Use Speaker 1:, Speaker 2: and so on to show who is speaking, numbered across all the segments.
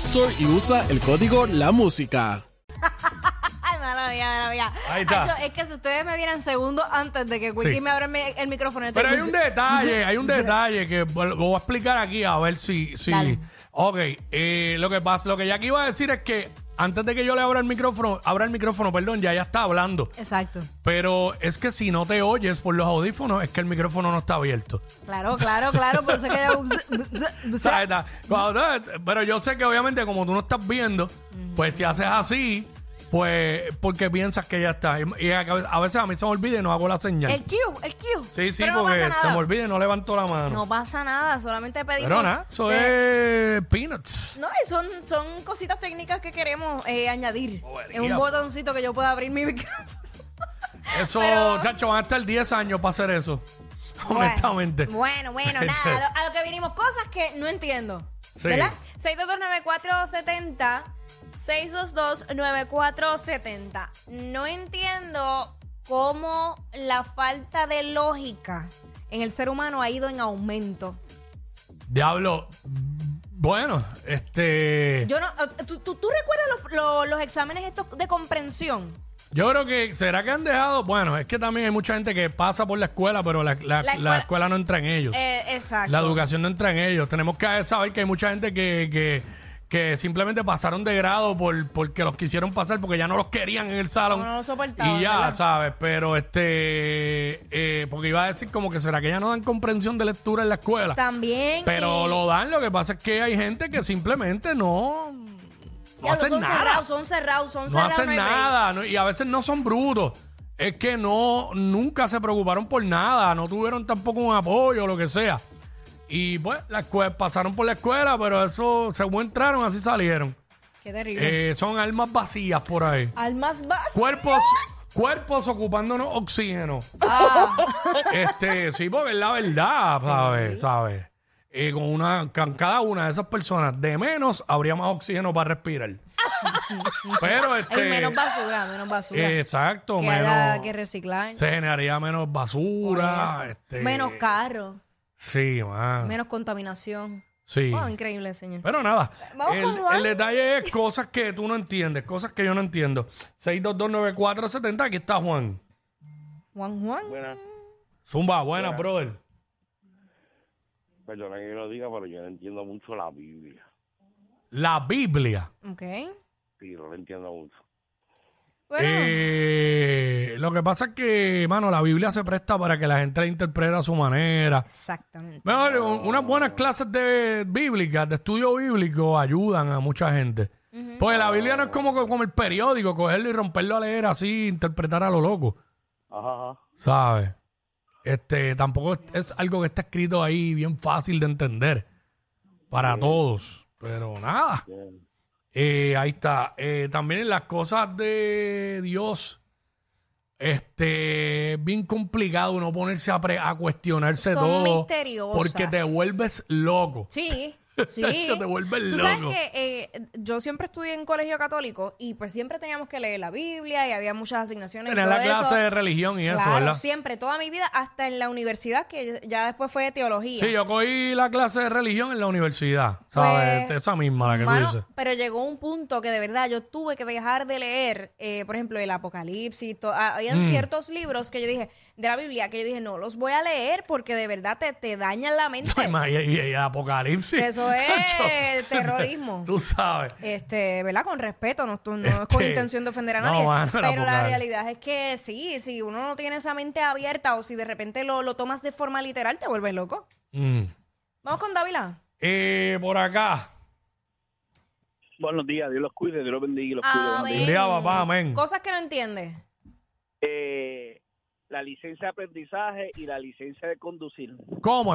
Speaker 1: Store y usa el código La Música.
Speaker 2: Ay, maravilla, maravilla.
Speaker 3: Ahí está.
Speaker 2: Acho, es que si ustedes me vieran segundos antes de que Quickie
Speaker 3: Sí.
Speaker 2: me abra el mi- el micrófono.
Speaker 3: Pero
Speaker 2: entonces-
Speaker 3: hay un detalle, hay un detalle que lo voy a explicar aquí a ver si. si
Speaker 2: Dale.
Speaker 3: ok, eh, lo que pasa, lo que Jackie iba a decir es que antes de que yo le abra el micrófono, abra el micrófono, perdón, ya ya está hablando.
Speaker 2: Exacto.
Speaker 3: Pero es que si no te oyes por los audífonos, es que el micrófono no está abierto.
Speaker 2: Claro, claro, claro. Por eso que yo-
Speaker 3: O sea, está- cuando- pero yo sé que obviamente como tú no estás viendo, pues si haces así, pues porque piensas que ya está. Y, y a a veces a mí se me olvida y no hago la señal.
Speaker 2: El Q, el Q.
Speaker 3: sí, sí,
Speaker 2: Pero no
Speaker 3: porque
Speaker 2: pasa nada.
Speaker 3: se me olvida y no levanto la mano.
Speaker 2: No pasa nada, solamente pedimos.
Speaker 3: Pero nada, eso
Speaker 2: que-
Speaker 3: es peanuts.
Speaker 2: No, y son, son cositas técnicas que queremos eh, añadir.
Speaker 3: Joder,
Speaker 2: Es un
Speaker 3: ya.
Speaker 2: botoncito que yo pueda abrir mi micrófono.
Speaker 3: Eso,
Speaker 2: Pero-
Speaker 3: chacho, van a estar 10 años para hacer eso. Honestamente.
Speaker 2: Bueno, bueno, nada. A lo, a lo que vinimos, cosas que no entiendo.
Speaker 3: Sí.
Speaker 2: ¿Verdad? 6229470. 6229470. No entiendo cómo la falta de lógica en el ser humano ha ido en aumento.
Speaker 3: Diablo. Bueno, este. Yo,
Speaker 2: Yo no, eh, ¿tú, tú, tú recuerdas los, los- los exámenes estos de comprensión?
Speaker 3: creo que. ¿Será que han dejado? Bueno, es que también hay mucha gente que pasa por la escuela, pero la, la-
Speaker 2: La
Speaker 3: la
Speaker 2: escuela-
Speaker 3: escuela... no entra en ellos.
Speaker 2: Eh, exacto.
Speaker 3: La educación no entra en ellos. Tenemos que saber que hay mucha gente que. que que simplemente pasaron de grado por porque los quisieron pasar porque ya no los querían en el salón
Speaker 2: No, no los soportaban,
Speaker 3: y ya
Speaker 2: ¿verdad?
Speaker 3: sabes pero este eh, porque iba a decir como que será que ya no dan comprensión de lectura en la escuela
Speaker 2: También. eh,
Speaker 3: Pero
Speaker 2: y-
Speaker 3: lo dan, lo que pasa es que hay gente que simplemente no, no
Speaker 2: Diablo,
Speaker 3: hacen
Speaker 2: son
Speaker 3: nada.
Speaker 2: cerrados, son cerrados, son
Speaker 3: No
Speaker 2: cerrados.
Speaker 3: hacen
Speaker 2: hay break.
Speaker 3: nada. no- y a veces no son brutos. Es que no, nunca se preocuparon por nada. No tuvieron tampoco un apoyo o lo que sea. Y pues, la escuela, pasaron por la escuela, pero eso, según entraron, así salieron.
Speaker 2: Qué terrible.
Speaker 3: Eh, son almas vacías por ahí.
Speaker 2: Almas básicas.
Speaker 3: Cuerpos, cuerpos ocupándonos oxígeno. Este, sí, porque es la verdad, ¿sabes? ¿Sabes? Eh, con una, con cada una de esas personas de menos habría más oxígeno para respirar. Pero este.
Speaker 2: Hay menos basura, menos basura.
Speaker 3: eh, exacto,
Speaker 2: que
Speaker 3: menos.
Speaker 2: haya que reciclar.
Speaker 3: se generaría menos
Speaker 2: Por
Speaker 3: basura.
Speaker 2: eso.
Speaker 3: Este,
Speaker 2: Menos carro,
Speaker 3: Sí, man.
Speaker 2: menos contaminación.
Speaker 3: Sí.
Speaker 2: Oh, increíble, señor.
Speaker 3: Pero nada,
Speaker 2: Vamos
Speaker 3: el,
Speaker 2: con Juan.
Speaker 3: el detalle es cosas que tú no entiendes, cosas que yo no entiendo. 6229470, aquí está Juan.
Speaker 2: Juan Juan.
Speaker 4: Buenas.
Speaker 3: Zumba, buena, brother.
Speaker 4: Perdona que yo lo diga, pero yo no entiendo mucho la Biblia.
Speaker 3: La Biblia.
Speaker 2: Ok.
Speaker 4: Sí, no la entiendo mucho.
Speaker 2: Bueno,
Speaker 3: Eh, lo que pasa es que, mano, la Biblia se presta para que la gente la interprete a su manera.
Speaker 2: exactamente.
Speaker 3: Mejor, un- unas buenas clases de bíblicas, de estudio bíblico, ayudan a mucha gente. Porque la Biblia no es como, co- como el periódico, cogerlo y romperlo a leer así, interpretar a lo loco,
Speaker 4: Ajá, ajá.
Speaker 3: ¿sabes? Este, tampoco es, es algo que está escrito ahí bien fácil de entender para todos. Pero nada.
Speaker 4: Bien.
Speaker 3: Eh, ahí está. Eh, también en las cosas de Dios, este, es bien complicado uno ponerse a, pre- a cuestionarse
Speaker 2: Son
Speaker 3: todo.
Speaker 2: misteriosas.
Speaker 3: Porque te vuelves loco.
Speaker 2: Sí, sí.
Speaker 3: Chacho, te vuelves
Speaker 2: Tú sabes
Speaker 3: loco.
Speaker 2: que eh, yo siempre estudié en colegio católico y pues siempre teníamos que leer la Biblia y había muchas asignaciones. y
Speaker 3: Tener la
Speaker 2: todo eso.
Speaker 3: clase de religión y eso,
Speaker 2: Claro,
Speaker 3: ¿verdad?
Speaker 2: siempre, toda mi vida, hasta en la universidad, que ya después fue de teología.
Speaker 3: Sí, yo cogí la clase de religión en la universidad, ¿sabes?
Speaker 2: Pues,
Speaker 3: Esa misma la que tú
Speaker 2: Mano,
Speaker 3: dices.
Speaker 2: pero llegó un punto que de verdad yo tuve que dejar de leer, eh, por ejemplo, el Apocalipsis. to- ah, habían
Speaker 3: Mm.
Speaker 2: ciertos libros que yo dije, de la Biblia, que yo dije, no los voy a leer porque de verdad te, te dañan la mente.
Speaker 3: Y, y- y apocalipsis.
Speaker 2: pues, Eso es
Speaker 3: Chacho,
Speaker 2: terrorismo.
Speaker 3: Tú sabes.
Speaker 2: Este, ¿verdad? Con respeto, no, tú- no es con
Speaker 3: Este,
Speaker 2: intención de ofender a
Speaker 3: no,
Speaker 2: nadie.
Speaker 3: mano, la
Speaker 2: pero la
Speaker 3: Apocalipsis.
Speaker 2: realidad es que sí, si uno no tiene esa mente abierta o si de repente lo, lo tomas de forma literal, te vuelves loco.
Speaker 3: Mm.
Speaker 2: Vamos con Dávila.
Speaker 3: Eh, por acá.
Speaker 4: Buenos días, Dios los cuide, Dios los bendiga y los cuide. buenos días.
Speaker 2: Amén.
Speaker 3: Diría papá, amén.
Speaker 2: Cosas que no entiendes.
Speaker 4: Eh, la licencia de aprendizaje y la licencia de conducir.
Speaker 3: ¿Cómo?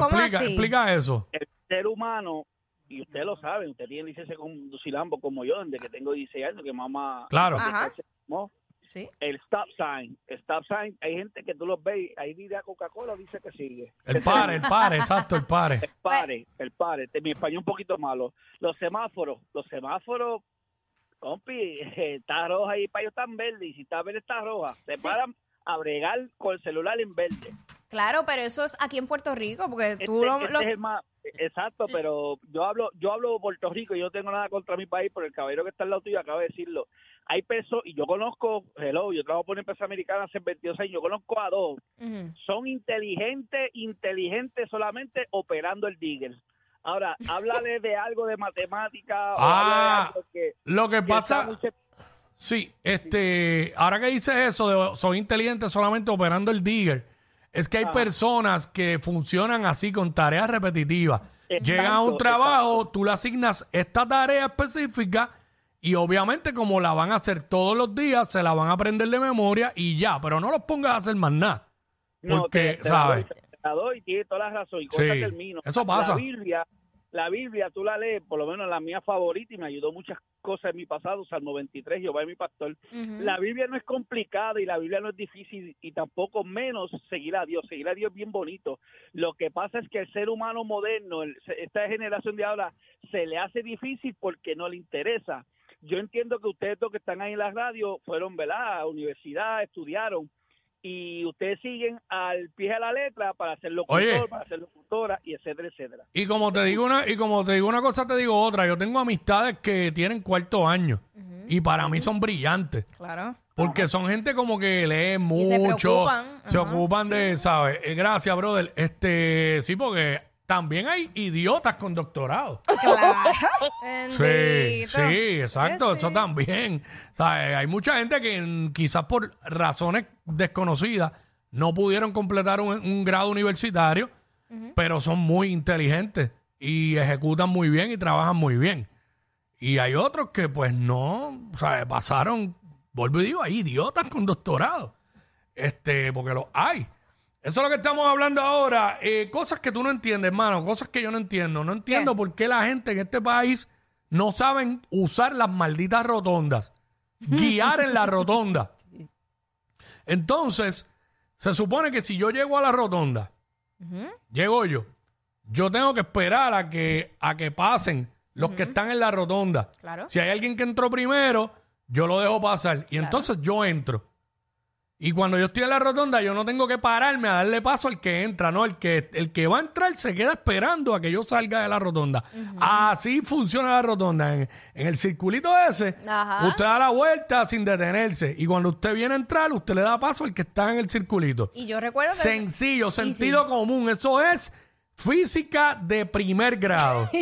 Speaker 2: ¿Cómo
Speaker 3: explica,
Speaker 2: así?
Speaker 3: explica eso.
Speaker 4: El ser humano y usted lo sabe, usted tiene licencia de conducir ambos como yo, desde que tengo 16 años, que mamá
Speaker 3: Claro.
Speaker 2: Ajá.
Speaker 4: ¿no?
Speaker 2: Sí.
Speaker 4: El stop sign, stop sign, hay gente que tú los ves, ahí dice Coca-Cola, dice que sigue.
Speaker 3: El pare, el pare, exacto, el pare.
Speaker 2: Pues
Speaker 4: Pare, el pare, Te- mi español un poquito malo. Los semáforos, los semáforos, compi, está roja y para ellos están verde, y si está verde está roja. Se
Speaker 2: Sí.
Speaker 4: paran a bregar con el celular en verde.
Speaker 2: Claro, pero eso es aquí en Puerto Rico, porque tú
Speaker 4: Este-
Speaker 2: lo-
Speaker 4: este
Speaker 2: lo-
Speaker 4: es el más- exacto, pero yo hablo yo hablo de Puerto Rico y yo no tengo nada contra mi país, pero el caballero que está al lado tuyo acaba de decirlo. Hay pesos, y yo conozco, hello, yo trabajo por una empresa americana hace 22 años, yo conozco a dos,
Speaker 2: Ujú.
Speaker 4: son inteligentes, inteligentes solamente operando el digger. Ahora, háblale de algo de matemática o
Speaker 3: Ah,
Speaker 4: háblale de algo que,
Speaker 3: Lo que
Speaker 4: que
Speaker 3: pasa,
Speaker 4: está muy sep-
Speaker 3: sí, este, ahora que dices eso, de, soy inteligente solamente operando el digger, es que hay personas que funcionan así con tareas repetitivas.
Speaker 4: Exacto,
Speaker 3: Llegan a un trabajo, tú le asignas esta tarea específica y obviamente como la van a hacer todos los días, se la van a aprender de memoria y ya, pero no los pongas a hacer más nada.
Speaker 4: No,
Speaker 3: Porque,
Speaker 4: te- te la
Speaker 3: ¿sabes?
Speaker 4: doy, te la doy, tiene toda la razón. Y con esta
Speaker 3: Sí,
Speaker 4: termino.
Speaker 3: eso pasa.
Speaker 4: La Biblia, la Biblia, tú la lees, por lo menos la mía favorita, y me ayudó muchas cosas en mi pasado. Salmo 23, Jehová es mi pastor.
Speaker 2: Ujú.
Speaker 4: La Biblia no es complicada y la Biblia no es difícil, y tampoco menos seguir a Dios. Seguir a Dios es bien bonito. Lo que pasa es que el ser humano moderno, el- se- esta generación de ahora, se le hace difícil porque no le interesa. Yo entiendo que ustedes dos que están ahí en la radio fueron, ¿verdad?, a universidad, estudiaron, y ustedes siguen al pie de la letra para ser locutor,
Speaker 3: Oye.
Speaker 4: para ser locutora, y etcétera, etcétera.
Speaker 3: Y como te digo una, y como te digo una cosa, te digo otra. Yo tengo amistades que tienen cuarto año y para mí son brillantes.
Speaker 2: Claro.
Speaker 3: Porque son gente como que leen
Speaker 2: Y se
Speaker 3: mucho,
Speaker 2: preocupan,
Speaker 3: se
Speaker 2: ajá.
Speaker 3: ocupan de, ¿sabes? Eh, gracias, brother. Este, sí, porque también hay idiotas con doctorado.
Speaker 2: Claro.
Speaker 3: Sí,
Speaker 2: Bendito.
Speaker 3: sí, exacto,
Speaker 2: Que Eh, sí.
Speaker 3: eso también. ¿Sabes? Hay mucha gente que mm, quizás por razones desconocidas no pudieron completar un, un grado universitario, pero son muy inteligentes y ejecutan muy bien y trabajan muy bien. Y hay otros que pues no, ¿sabes? Pasaron, vuelvo y digo, hay idiotas con doctorado. Este, porque los hay. Eso es lo que estamos hablando ahora. Eh, cosas que tú no entiendes, hermano. Cosas que yo no entiendo. No entiendo por qué la gente en este país no saben usar las malditas rotondas. Guiar en la rotonda. Entonces, se supone que si yo llego a la rotonda, llego yo, yo tengo que esperar a que, a que pasen los que están en la rotonda.
Speaker 2: Claro.
Speaker 3: Si hay alguien que entró primero, yo lo dejo pasar. Y entonces yo entro. Y cuando yo estoy en la rotonda, yo no tengo que pararme a darle paso al que entra, no, el que, el que va a entrar se queda esperando a que yo salga de la rotonda. Así funciona la rotonda. En, en el circulito ese,
Speaker 2: Ajá.
Speaker 3: usted da la vuelta sin detenerse. Y cuando usted viene a entrar, usted le da paso al que está en el circulito.
Speaker 2: Y yo recuerdo que.
Speaker 3: Sencillo, sentido común. Eso es física de primer grado.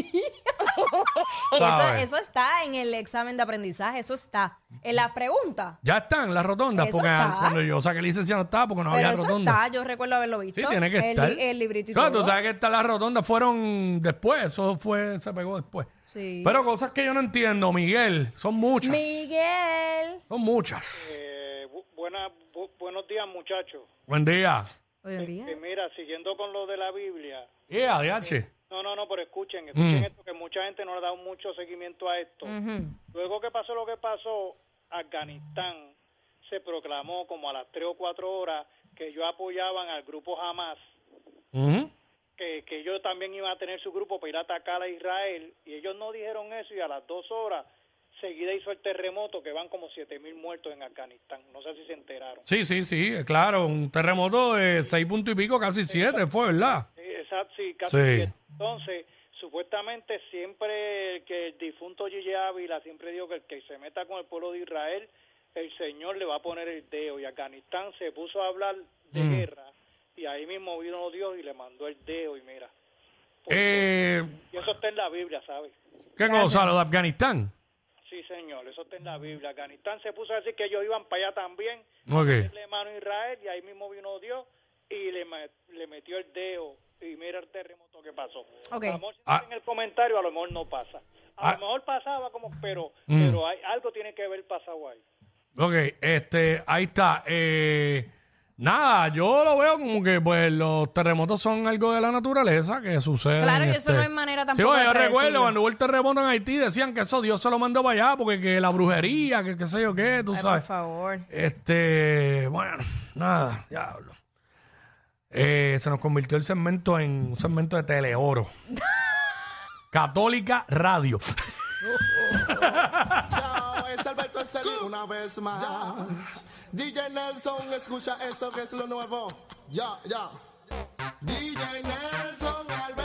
Speaker 2: Eso,
Speaker 3: ¿Sabes?
Speaker 2: eso está en el examen de aprendizaje, eso está en las preguntas.
Speaker 3: Ya están las rotondas,
Speaker 2: Eso
Speaker 3: porque
Speaker 2: está.
Speaker 3: cuando yo saqué licencia no estaba porque no
Speaker 2: pero
Speaker 3: había
Speaker 2: eso
Speaker 3: rotonda.
Speaker 2: está, yo recuerdo haberlo visto.
Speaker 3: Sí, tiene que
Speaker 2: el,
Speaker 3: estar.
Speaker 2: li- El librito y
Speaker 3: Claro,
Speaker 2: todo.
Speaker 3: tú sabes que está la rotonda fueron después, eso fue, se pegó después.
Speaker 2: Sí.
Speaker 3: Pero cosas que yo no entiendo, Miguel, son muchas.
Speaker 2: Miguel.
Speaker 3: Son muchas.
Speaker 5: Eh, bu- buena- bu- buenos días, muchachos.
Speaker 3: Buen día.
Speaker 2: Hoy en día.
Speaker 5: Y mira, siguiendo con lo de la Biblia.
Speaker 3: Yeah, DH.
Speaker 5: No, no, no, pero escuchen, escuchen esto, que mucha gente no le ha dado mucho seguimiento a esto. Luego que pasó lo que pasó, Afganistán se proclamó como a las tres o cuatro horas que ellos apoyaban al grupo Hamas,
Speaker 3: Ujú.
Speaker 5: que, que ellos también iban a tener su grupo para ir a atacar a Israel, y ellos no dijeron eso, y a las dos horas seguida hizo el terremoto, que van como siete mil muertos en Afganistán. No sé si se enteraron.
Speaker 3: Sí, sí, sí, eh, claro, un terremoto de seis puntos y pico, casi siete, fue, ¿verdad?
Speaker 5: Sí, Exacto, sí, casi
Speaker 3: Sí.
Speaker 5: siete. Entonces, supuestamente siempre que el difunto Gigi Ávila siempre dijo que el que se meta con el pueblo de Israel, el Señor le va a poner el dedo. Y Afganistán se puso a hablar de guerra y ahí mismo vino Dios y le mandó el dedo y mira. Pues
Speaker 3: Eh,
Speaker 5: Y eso está en la Biblia, ¿sabes?
Speaker 3: ¿Qué cosa? Lo de Afganistán.
Speaker 5: Sí, señor, eso está en la Biblia. Afganistán se puso a decir que ellos iban para allá también,
Speaker 3: Ok.
Speaker 5: le mano a Israel y ahí mismo vino Dios y le, ma- le metió el dedo y mira el terremoto que pasó.
Speaker 2: Ok.
Speaker 5: A lo mejor si
Speaker 3: Ah.
Speaker 5: en el comentario a lo mejor no pasa. A
Speaker 3: Ah.
Speaker 5: lo mejor pasaba como, pero,
Speaker 3: Mm.
Speaker 5: pero hay, algo tiene que haber pasado ahí.
Speaker 3: Ok, este, ahí está. Eh, Nada, yo lo veo como que pues los terremotos son algo de la naturaleza que sucede.
Speaker 2: Claro, y eso no hay manera tampoco de
Speaker 3: yo recuerdo
Speaker 2: predecirlo.
Speaker 3: cuando hubo el terremoto en Haití decían que eso Dios se lo mandó para allá porque que la brujería, que qué sé yo qué, tú
Speaker 2: Ay, por
Speaker 3: sabes.
Speaker 2: favor.
Speaker 3: Este, bueno, nada, diablo. Eh, se nos convirtió el segmento en un segmento de teleoro. Católica Radio.
Speaker 6: Chao, es Alberto Estelí una vez más. DJ Nelson, escucha eso que es lo nuevo. Ya, ya. DJ Nelson, Alberto.